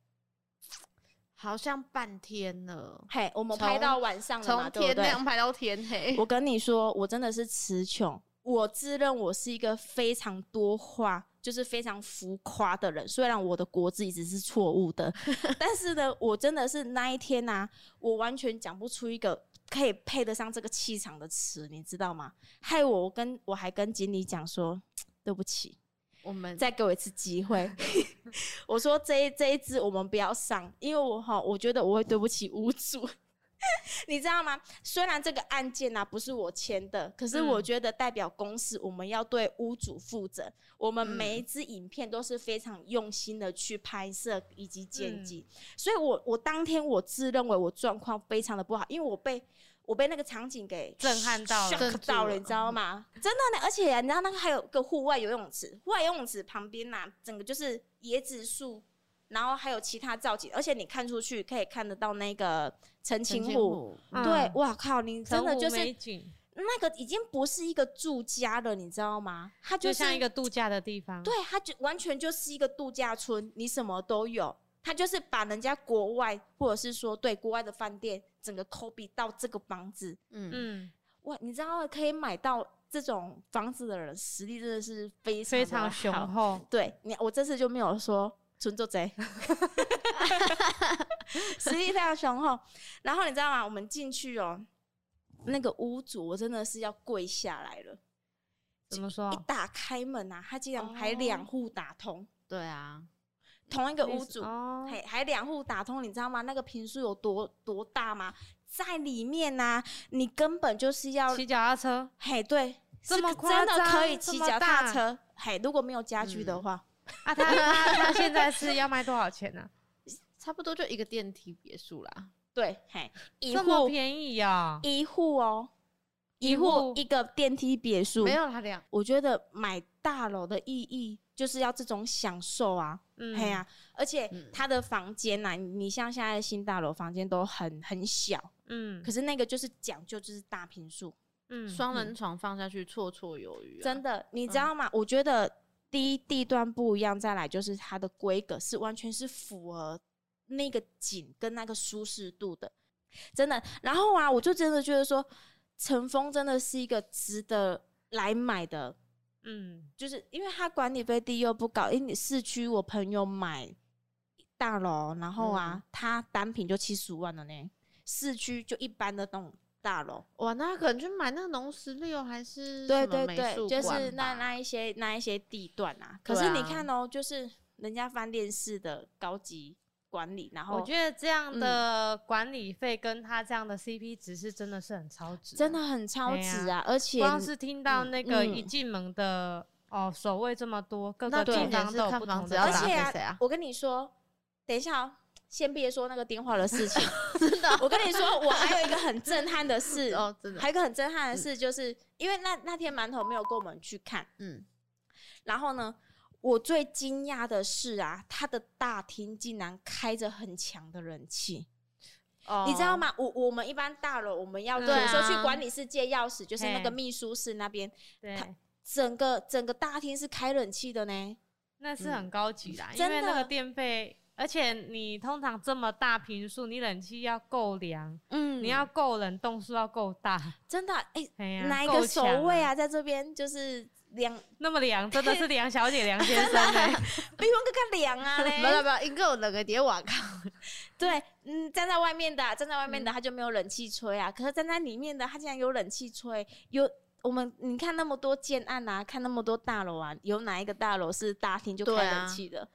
C: 好像半天了，
A: 嘿，我们拍
C: 从
A: 到晚上了嘛，
C: 从
A: 对不
C: 天
A: 对？
C: 亮排到天黑。
A: 我跟你说，我真的是词穷。我自认我是一个非常多话，就是非常浮夸的人。虽然我的国字一直是错误的，但是呢，我真的是那一天啊，我完全讲不出一个可以配得上这个气场的词，你知道吗？害我，我跟我还跟经理讲说，对不起，
C: 我们
A: 再给我一次机会。我说这一这一支我们不要上，因为我哈，我觉得我会对不起屋主， 你知道吗？虽然这个案件呢、啊、不是我签的，可是
B: 嗯
A: 我觉得代表公司，我们要对屋主负责。我们每一支影片都是非常用心的去拍摄以及剪辑，所以我我当天我自认为我状况非常的不好，因为我被。我被那个场景给
B: 震撼到了嗯
A: shock
C: 震住
A: 到了，
C: 了
A: 你知道吗？真的呢，而且、你知道那个还有个户外游泳池，户外游泳池旁边呐、整个就是椰子树，然后还有其他造景，而且你看出去可以看得到那个澄
C: 澄
A: 清
C: 清
A: 湖。
C: 湖
B: 嗯
A: 对，哇靠！你真的
B: 成
A: 就
B: 无美
A: 是
B: 景，
A: 那个已经不是一个住家了，你知道吗？它
B: 就是像一个度假的地方。嗯
A: 对，它就完全就是一个度假村，你什么都有。它就是把人家国外或者是说对国外的饭店整个 copy 到这个房子，
C: 嗯，
B: 嗯，
A: 哇！你知道可以买到这种房子的人，实力真的是非常
B: 非
A: 非
B: 常雄。厚。
A: 对你，我这次就没有说纯做 贼， 实力非常雄厚。然后你知道吗？我们进去哦，那个屋主我真的是要跪下来了。
B: 怎么说
A: 一？打开门啊，他竟然还
B: 哦
A: 两户打通，
C: 对啊，
A: 同一个屋主，
B: 哦，
A: 还还两户打通，你知道吗？那个平数有多多大吗？在里面呢、啊你根本就是要
B: 骑脚踏车，
A: 嘿，对，
B: 这
A: 是
B: 么
A: 真的
B: 夸张
A: 可以
B: 这
A: 骑
B: 么
A: 脚踏
B: 大
A: 车。嘿，如果没有家具的
C: 嗯
A: 话，
B: 啊，他他他现在是要卖多少钱呢、
C: 差不多就一个电梯别墅啦。
A: 对，嘿，一
B: 这么
A: 户
B: 便宜呀、
A: 一户哦，一
B: 一
A: 户
B: 户
A: 一个电梯别墅。
C: 没，有啦，两
A: 我觉得买大楼的意义就是要这种享受啊。
B: 嗯，
A: 嘿呀、而且
C: 嗯
A: 他的房间呐、你你像现在的新大楼房间都很很小，
B: 嗯
A: 可是那个就是讲究就是大平数，
B: 嗯，
C: 双人床放下去绰绰有余啊，
A: 真的，你知道吗？我觉得第一地段不一样，再来就是它的规格是完全是符合那个景跟那个舒适度的，真的。然后啊，我就真的觉得说，乘风真的是一个值得来买的
B: 嗯，
A: 就是因为它管理费低又不高，因为你市区我朋友买大楼，然后啊，它单品就七十五万了呢，市区就一般的那种大楼，
C: 哇，那可能去买那个农十六还是
A: 对
C: 什么
A: 对
C: 美
A: 对
C: 术，
A: 就
C: 馆
A: 是那
C: 吧
A: 那一些那一些地段啊。可
C: 对
A: 是你
C: 啊
A: 看哦、就是人家饭店式的高级管理，然
B: 我
A: 后嗯
B: 觉得这样的管理费跟他这样的 CP 值是真的是很超值、
A: 真的。很超
B: 哎呀
A: 值啊，而且
B: 光是听到
C: 嗯
B: 那个
A: 嗯
B: 一进门的、哦，守卫这么多，各个
C: 那
B: 地
A: 重
C: 点
B: 方
C: 是
B: 都有
C: 看
B: 不
C: 房
B: 同
C: 子
B: 的
C: 要
A: 而
C: 打
A: 且
B: 打
C: 给
B: 扮。
A: 啊
C: 谁啊
A: 我跟你说，等一下哦、先别说那个电话的事 情，
C: 真的
A: 我跟你说，我还有一个很震撼的事
C: 哦，真的
A: 还，有一个很震撼的事，就是、因为那那天馒头没有跟我们去看，
C: 嗯，
A: 然后呢，我最惊讶的是啊，他的大厅竟然开着很强的人气，
C: 哦
A: 你知道？ 吗？我我们一般大楼我们要比
B: 嗯
A: 如说
C: 对啊
A: 去管理室借钥匙，就是那个
B: 嘿
A: 秘书室那边，
B: 对，
A: 整个整个大厅是开冷气的呢。
B: 那是很高 级啦，因
A: 嗯真
B: 为那
A: 的
B: 个电费，而且你通常这么大平数，你冷气要够凉，
A: 嗯
B: 你要够冷，动数要够大，
A: 真的哎、
B: 哎呀，
A: 哪一
B: 够
A: 个守
B: 强
A: 卫？啊，在这边就是凉，
B: 那么凉，真的是梁小姐、 梁先生哎，
A: 比我更加凉 啊嘞。
C: 没有没有，应该有两个叠 瓦卡，
A: 对，嗯，站在外面的啊、站在外面的他就没有冷气吹啊，可是站在里面的他竟然有冷气吹，有。我们你看那么多建案啊，看那么多大楼啊，有哪一个大楼是大厅就
C: 对
A: 开
C: 啊
A: 冷气的？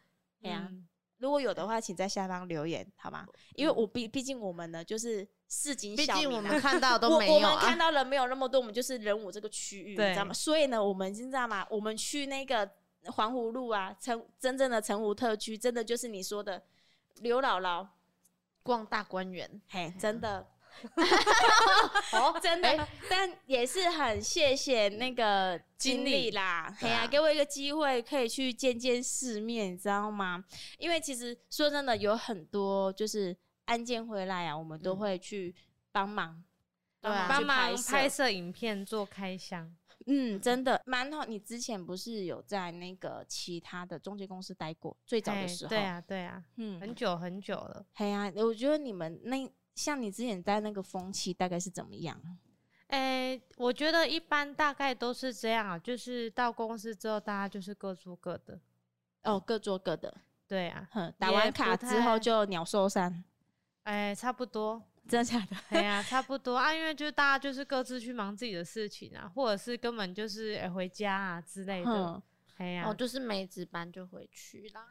A: 哎呀、
B: 嗯
A: 如果有的话，请在下方留言好吗？因为我毕毕竟我们呢，就是市井
C: 嗯毕
A: 小民、
C: 竟
A: 啊，
C: 我 们看到的
A: 我
C: 都没
A: 我
C: 有
A: 们看
C: 啊。
A: 到人没有那么多，我们就是人武这个区域，你
B: 对
A: 知道吗？所以呢，我们你知道吗？我们去那个环湖路啊，成真正的成湖特区，真的就是你说的刘姥姥，
C: 逛大观园，
A: 嘿，真的，
C: 哦，
A: 真的，但也是很谢谢那个经理啦，嘿呀、
C: 对啊
A: 给我一个机会可以去见见世面，你知道吗？因为其实说真的，有很多就是案件回来啊，我们都
C: 嗯
A: 会去帮忙，
C: 对啊
B: 帮
A: 去
B: 忙
A: 摄
B: 拍摄影片做开箱，
A: 嗯，真的蛮好。你之前不是有在那个其他的中介公司待过？最早
B: 哎
A: 的时候，
B: 对，啊对啊，
A: 嗯，
B: 很久很久了。
A: 嘿呀、我觉得你们那像你之前在那个风气大概是怎么样？
B: 诶、我觉得一般大概都是这样啊，就是到公司之后，大家就是各做各的。
A: 哦，各做各的，
B: 对啊，
A: 哼，打
B: 也
A: 完
B: 不
A: 卡之
B: 太
A: 后就鸟兽散，
B: 诶、差不多，
A: 真的假的？
B: 哎呀、差不多啊，因为就是大家就是各自去忙自己的事情啊，或者是根本就是诶、回家啊之类的。
A: 哼，
B: 哎呀、
C: 哦，就是没值班就回去啦。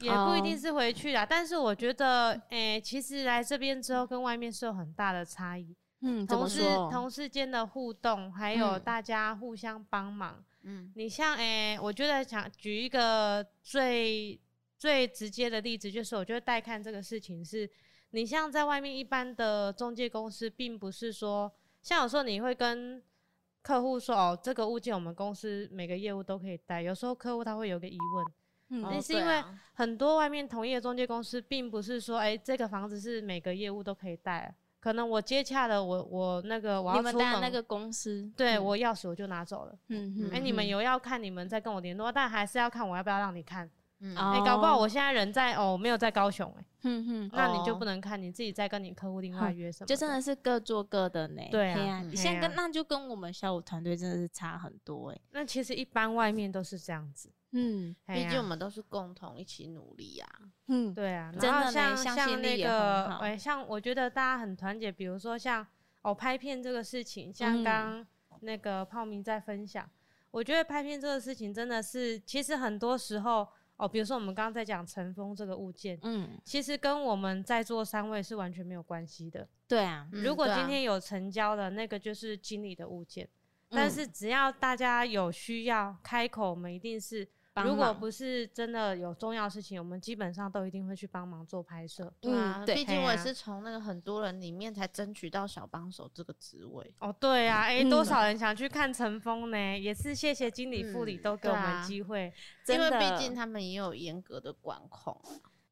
B: 也不
A: 哦
B: 一定是回去啦，但是我觉得，诶、其实来这边之后跟外面是有很大的差异，
A: 嗯，怎
B: 同
A: 么
B: 事
A: 说？
B: 同事间的互动，还有
A: 嗯
B: 大家互相帮忙。
C: 嗯，
B: 你像，诶、我觉得想举一个最最直接的例子，就是我觉得带看这个事情是，你像在外面一般的中介公司，并不是说，像有时候你会跟客户说，哦，这个物件我们公司每个业务都可以带，有时候客户他会有个疑问。
A: 嗯
B: 那
C: 哦
B: 是
C: 对
B: 因为
C: 啊
B: 很多外面同业中介公司，并不是说，哎、这个房子是每个业务都可以贷，可能我接洽了，我我那个我
A: 你
B: 要
A: 们
B: 出
A: 带
B: 门，
A: 那个公司，
B: 对
A: 嗯，
B: 我钥匙我就拿走了。
A: 嗯
B: 哎、你们有要看，你们再跟我联络，但还是要看我要不要让你看。
C: 嗯
A: 哦
B: 哎、搞不好我现在人在哦，我没有在高雄、哎，
A: 嗯嗯，
B: 那你就
C: 哦
B: 不能看，你自己再跟你客户另外约什么的。
A: 就真的是各做各的呢。
B: 对啊
A: 嘿呀，
C: 嗯
A: 现在
B: 嘿
A: 跟
B: 啊
A: 那就跟我们小五团队真的是差很多哎。
B: 那其实一般外面都是这样子。
A: 嗯
B: 哎
C: 毕
B: 呀
C: 竟我们都是共同一起努力啊。
A: 嗯，
B: 对啊，
A: 真
B: 然
A: 的
B: 后
A: 呢
B: 像
A: 向心力
B: 像那
A: 也很
B: 个
A: 好，
B: 哎，像我觉得大家很团结，比如说像哦拍片这个事情，
A: 嗯
B: 像刚那个泡明在分享，我觉得拍片这个事情真的是，其实很多时候哦，比如说我们刚刚在讲尘封这个物件。
A: 嗯，
B: 其实跟我们在座三位是完全没有关系的。
A: 对啊，
C: 嗯
B: 如果
C: 对啊
B: 今天有成交的那个就是经理的物件，
A: 嗯
B: 但是只要大家有需要开口，我们一定是
A: 帮
B: 如果
A: 忙
B: 不是真的有重要事情，我们基本上都一定会去帮忙做拍摄。
A: 嗯
C: 对啊
A: 对
C: 毕竟我
B: 嘿啊
C: 也是从那个很多人里面才争取到小帮手这个职位。
B: 哦，对啊，哎、
A: 嗯
B: 多少人想去看陈峰呢？也是谢谢经理、副理
C: 嗯
B: 都给我
C: 对
B: 们
C: 啊
B: 机会。
C: 因为
A: 真的
C: 毕竟他们也有严格的管控。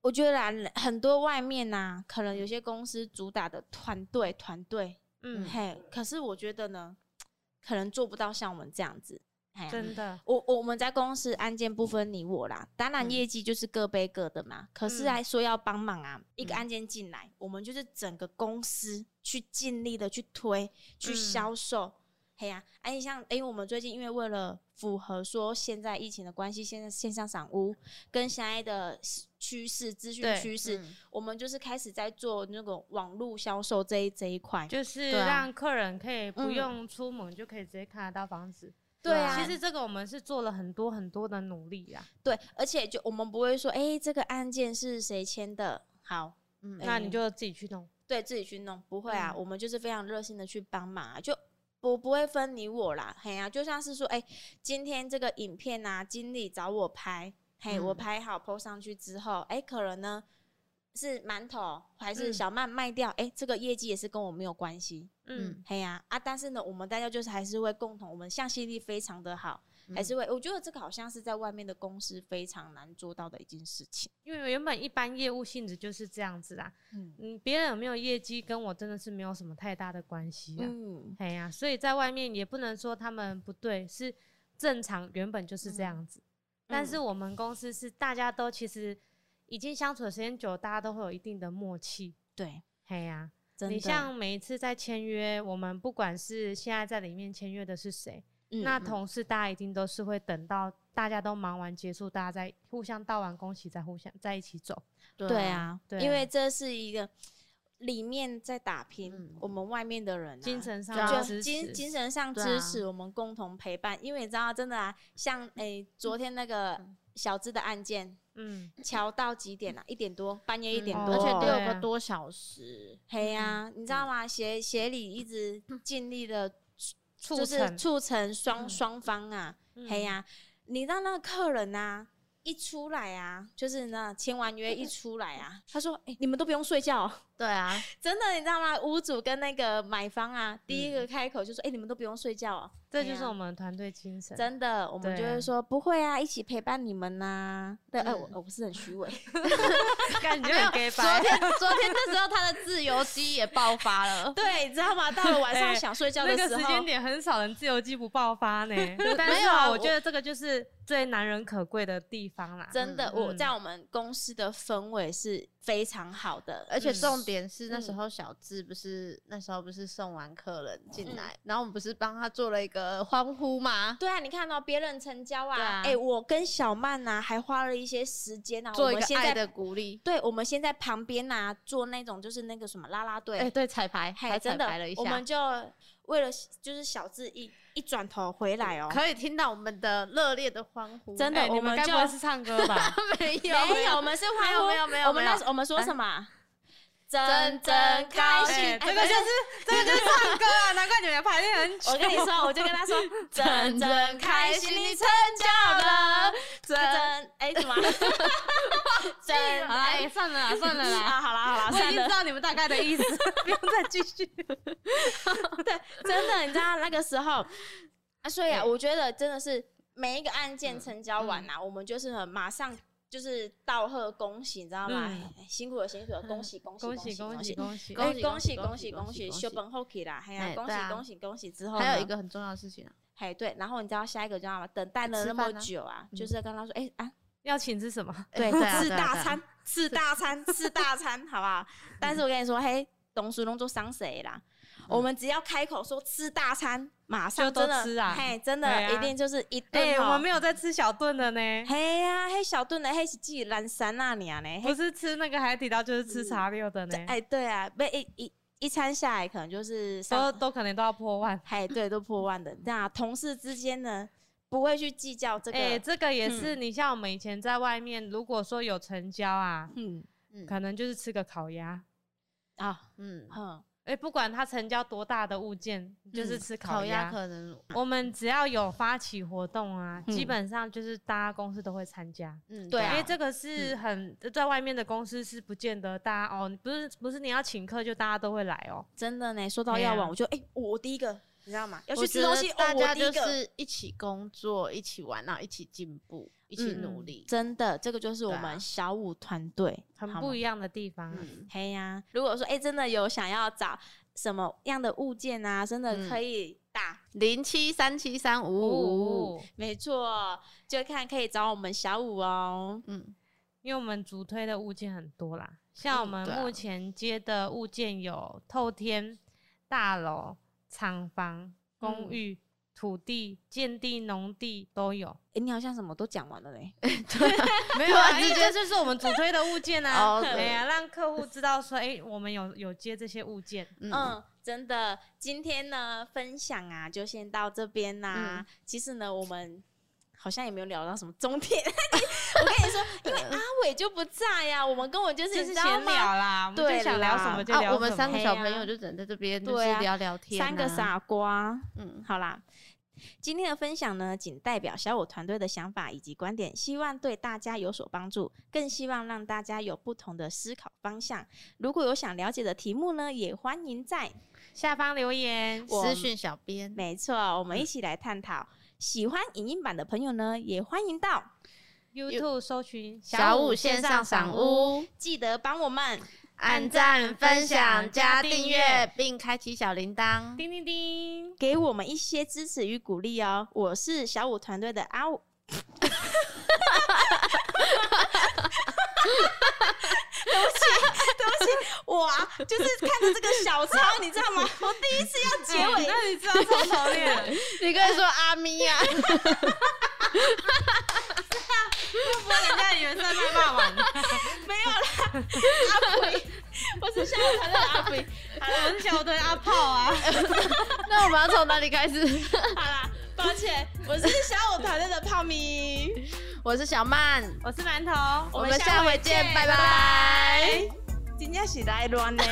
A: 我觉得啊很多外面呐，可能有些公司主打的团队团队，
B: 嗯，
A: 嘿，可是我觉得呢，可能做不到像我们这样子。嘿呀啊
B: 真的，
A: 我我们在公司案件
B: 嗯
A: 不分你我啦，当然
C: 嗯
A: 业绩就是各背各的嘛。可是
B: 嗯
A: 来说要帮忙啊，一个
C: 嗯
A: 案件进来，我们就是整个公司去尽力的去推、去
B: 嗯
A: 销售。嘿呀、哎、像哎、我们最近因为为了符合说现在疫情的关系，现在线上赏屋跟现在的趋势、资讯
B: 对
A: 趋势，
C: 嗯
A: 我们就是开始在做那种网络销售这一这一块。
B: 就是
C: 对啊
B: 让客人可以不
A: 嗯
B: 用出门就可以直接看得到房子。
A: 对
C: 啊
A: 啊，
B: 其实这个我们是做了很多很多的努力啊。
A: 对，而且就我们不会说，哎、这个案件是谁签的，好。
C: 嗯
A: 哎
B: 那你就自己去弄。
A: 对自己去弄，不会啊，
B: 嗯
A: 我们就是非常热心的去帮忙啊，就不不会分你我啦，嘿呀、就像是说，哎、今天这个影片啊，经理找我拍，嘿，我
C: 嗯
A: 拍好 PO 上去之后，哎、可能呢是馒头还是
B: 嗯
A: 小麦卖掉，哎、这个业绩也是跟我没有关系，
B: 嗯，
A: 嘿呀啊但是呢，我们大家就是还是会共同，我们向心力非常的好，还
C: 嗯
B: 嗯
A: 是会，我觉得这个好像是在外面的公司非常难做到的一件事情，
B: 因为原本一般业务性质就是这样子啦。
A: 嗯
B: 嗯，别人有没有业绩跟我真的是没有什么太大的关系啊。
A: 嗯，
B: 哎呀、所以在外面也不能说他们不对，是正常，原本就是这样子。但是我们公司是大家都其实已经相处的时间久，大家都会有一定的默契。
A: 对，
B: 哎呀、
A: 真的，
B: 你像每一次在签约，我们不管是现在在里面签约的是谁，
A: 嗯
B: 那同事大家一定都是会等到大家都忙完结束，大家再互相道完恭喜，再互相在一起走。
A: 对，
C: 嗯
A: 啊，
B: 对
A: 因
B: 啊
A: 为这是一个里面在打拼，
C: 嗯
A: 我们外面的人、啊、
B: 精神上
C: 就
B: 的
A: 就
B: 支
A: 精
B: 持，
A: 精神上
C: 对
A: 支
C: 啊
A: 持，我们共同陪伴。因为你知道，真的啊，像诶、昨天那个
C: 嗯
A: 小资的案件，
B: 嗯，
A: 敲到几点啊？一点多，半夜一点
B: 嗯
A: 多，
C: 而且
B: 对
C: 六
B: 啊
C: 个多小时。
A: 嘿呀、
B: 嗯
A: 你知道吗？协协理一直尽力的，
B: 促
A: 就是
B: 成
A: 促成双
C: 嗯
A: 双方啊，
B: 嗯
A: 嘿呀、你让那个客人啊，一出来啊，就是那签完约一出来啊， 他说：“哎、你们都不用睡觉哦、
C: 对啊，
A: 真的，你知道吗？屋主跟那个买方啊，第一
B: 嗯
A: 个开口就说：‘哎、你们都不用睡觉、哦。’
B: 这
A: 哎
B: 就是
A: 呀
B: 我们团队精神。
A: 真的，我们就
B: 对啊
A: 会说不会啊，一起陪伴你们呐、对，哎、
C: 嗯
A: 我我是很虚 伪，，
B: 感觉
C: 没有
B: 很 gay
C: 昨
B: 白
C: 天昨天那时候他的自由基也爆发了
A: 对，你知道吗？到了晚上
B: 哎
A: 想睡觉的
B: 那个
A: 时
B: 时
A: 候，
B: 间点很少人自由基不爆发呢。但
C: 没
B: 是
C: 有啊
B: 啊，
C: 我
B: 我觉得这个就是最难人可贵的地方啦。
A: 真的，
C: 嗯
A: 我
B: 嗯
A: 在我们公司的氛围是非常好的，
C: 而且
B: 嗯
C: 重点是那时候小智不是那时候不是送完客人进来，然后我们不是帮他做了一个欢呼吗？
A: 对啊，你看到、别人成交啊，
C: 对
A: 哎、
C: 啊
A: 我跟小曼呐、还花了一些时间啊，
C: 做一
A: 我
C: 个
A: 们现
C: 爱
A: 在
C: 的鼓励。
A: 对，我们先在旁边呐、做那种就是那个什么啦啦队，
C: 哎、对，彩排，
A: 嘿
C: 还彩
A: 真的
C: 排了一，下，
A: 我们就为了就是小智一一转头回来哦、
C: 可以听到我们的热烈的欢呼。
A: 真的
B: 哎，
A: 我
B: 你们
A: 们
B: 该不
A: 就
B: 会是唱歌吧？
C: 哦没有，
A: 没有，我们是
C: 没
A: 欢
C: 有
A: 呼，
C: 没有没有
A: 我们那
C: 没有
A: 时我们说
C: 哎
A: 什么啊？
C: 真
A: 真
C: 真
A: 真开
C: 高兴
A: 心，
B: 哎
A: 哎
B: 这个就是这个就是唱歌啊，难怪你们排练很 久。
A: 我跟你说，我就 跟 他说，真真开心，你成交了，真真哎什 么？真
B: 好啦哎，算了啦，算了 啦，
A: 啊，好啦好啦，
B: 我已
A: 算
B: 经知
A: 了。
B: 道你们大概的意思，不用再继续。
A: 真的，你知道那个时候啊，所以啊，
B: 对
A: 我觉得真的是每一个案件成交完啊，我们就是很马上。就是道贺恭喜，你知道吗？
B: 嗯
A: 哎辛苦了，辛苦了，恭喜恭喜
B: 恭
A: 喜
B: 喜
A: 恭
B: 恭 喜恭喜！
A: 哎
C: 恭喜
A: 恭喜
C: 恭
A: 恭
C: 喜
A: 喜
C: 恭
A: 恭
C: 喜
A: 喜，
C: 恭
A: 修
C: 喜
A: 本后期啦，嘿
C: 哎
A: 呀，恭
C: 对
A: 喜
C: 啊
A: 恭喜恭喜之后呢，
C: 还有一个很重要的事情啊，
A: 哎，对，然后你知道下一个叫什么？等待了
C: 吃
A: 那么
C: 饭啊
A: 久啊，
C: 嗯
A: 就是跟他说，哎、啊，
B: 要请吃什 么？
C: 哎对啊
A: 吃
C: 对啊对
A: 大
C: 啊
A: 餐，吃大 餐，吃大餐，好不好？但是我跟你说，嘿，董叔龙做伤谁啦？我们只要开口说吃大餐，马上
B: 嗯就都
A: 真的，
B: 吃啊
A: 嘿，真的、
B: 对啊
A: 一定就是一
B: 哎，
A: 顿
B: 我
A: 吼、
B: 们没有在吃小顿的呢，
A: 哦嘿呀、嘿小顿的，嘿是自己懒散那里啊呢，
B: 不
A: 嘿，
B: 是吃那个海底捞，就是吃茶六的呢，
A: 哎，对啊，不一一一餐下来可能就是
B: 都
A: 上，
B: 都可能都要破万。
A: 嘿，对，都破万的。那同事之间呢，不会去计较这个，嗯
B: 哎、这个也是，你像我们以前在外面，如果说有成交啊，
A: 嗯
C: 嗯
B: 可能就是吃个烤鸭。
A: 啊，
C: 嗯，
A: 哼，
B: 哎、不管它成交多大的物件，就是
A: 嗯
B: 吃
C: 烤
B: 鸭。
C: 鸭可能，
B: 我们只要有发起活动啊，
A: 嗯
B: 基本上就是大家公司都会参加。
C: 嗯，
A: 对啊
B: 因为这个是很、在外面的公司是不见得大家哦，不是不是你要请客就大家都会来哦。
A: 真的呢，说到
B: 哎呀
A: 药丸，我就哎、我第一个，你知道吗？要
C: 我
A: 去吃
C: 觉得
A: 东西，哦
C: 大，
A: 我
C: 家
A: 第一
C: 就
A: 个。
C: 是一起工作，一起玩，然后一起进步，一起
A: 嗯
C: 努力。
A: 真的，这个就是我
C: 对啊
A: 们小五团队，
B: 很
A: 好吗
B: 不一样的地方啊、
C: 嗯，
A: 嘿呀、如果说哎、真的有想要找什么样的物件啊，真的
C: 嗯
A: 可以打，
C: 零七三七三五五五，
B: 哦，
A: 没错，就看可以找我们小五哦。
C: 嗯，
B: 因为我们主推的物件很多啦，像我
C: 嗯
B: 们
C: 对啊
B: 目前接的物件有透天、大楼、厂房、公
A: 嗯
B: 寓、土地、建地、农地都 有。
A: 哎、你好像什么都讲完了嘞，
B: 没
C: 有
B: 有
C: 啊
B: 啊，因为这就是我们主推的物件啊。
C: 哦，
B: 对
C: 对，
B: 呀、让客户知道说，哎、我们有有接这些物件。
C: 嗯，
A: 嗯，真的，今天呢分享啊就先到这边啦、
C: 嗯
A: 其实呢，我们好像也没有聊到什么终 点。我跟你说，因为
C: 啊
A: 阿伟就不在呀、我们根本就是
B: 就
A: 你知
B: 是闲
A: 道吗
B: 聊啦，我们
A: 对
B: 就想聊
A: 啦
B: 什么就聊什
C: 啊，
B: 么。
C: 我们三个小
A: 嘿
C: 朋
A: 呀
C: 友就只能在这边就是
A: 对啊
C: 聊聊天，
A: 三个，傻瓜。
C: 嗯，
A: 好啦，今天的分享呢，仅代表小我团队的想法以及观点，希望对大家有所帮助，更希望让大家有不同的思考方向。如果有想了解的题目呢，也欢迎在
B: 下方留言，
A: 我
C: 私讯小编，
A: 没错，我们一起来探讨。喜欢影音版的朋友呢，也欢迎到，
B: YouTube 搜寻
C: 小五线上赏，屋，
A: 记得帮我们。
C: 按赞、分享、加订阅，并开启小铃铛。
B: 叮叮叮。
A: 给我们一些支持与鼓励哦。我是小五团队的阿五。对不起，对不起，我啊就是看着这个小抄，你知道吗？我第一次要结
B: 哎
A: 尾，
B: 那你知道超熟练。
C: 你可以说阿咪啊呀，
B: 不然人家以为是在卖霸王，
A: 没有啦，阿肥，我是小五团队的阿肥。
B: 好了，我是小队阿炮啊，
C: 那我们要从哪里开始？
A: 好啦，抱歉，我是小五团队的泡米。
C: 我是小曼，
B: 我是馒头，
C: 我们下回见，拜拜。
A: 真正是来乱的。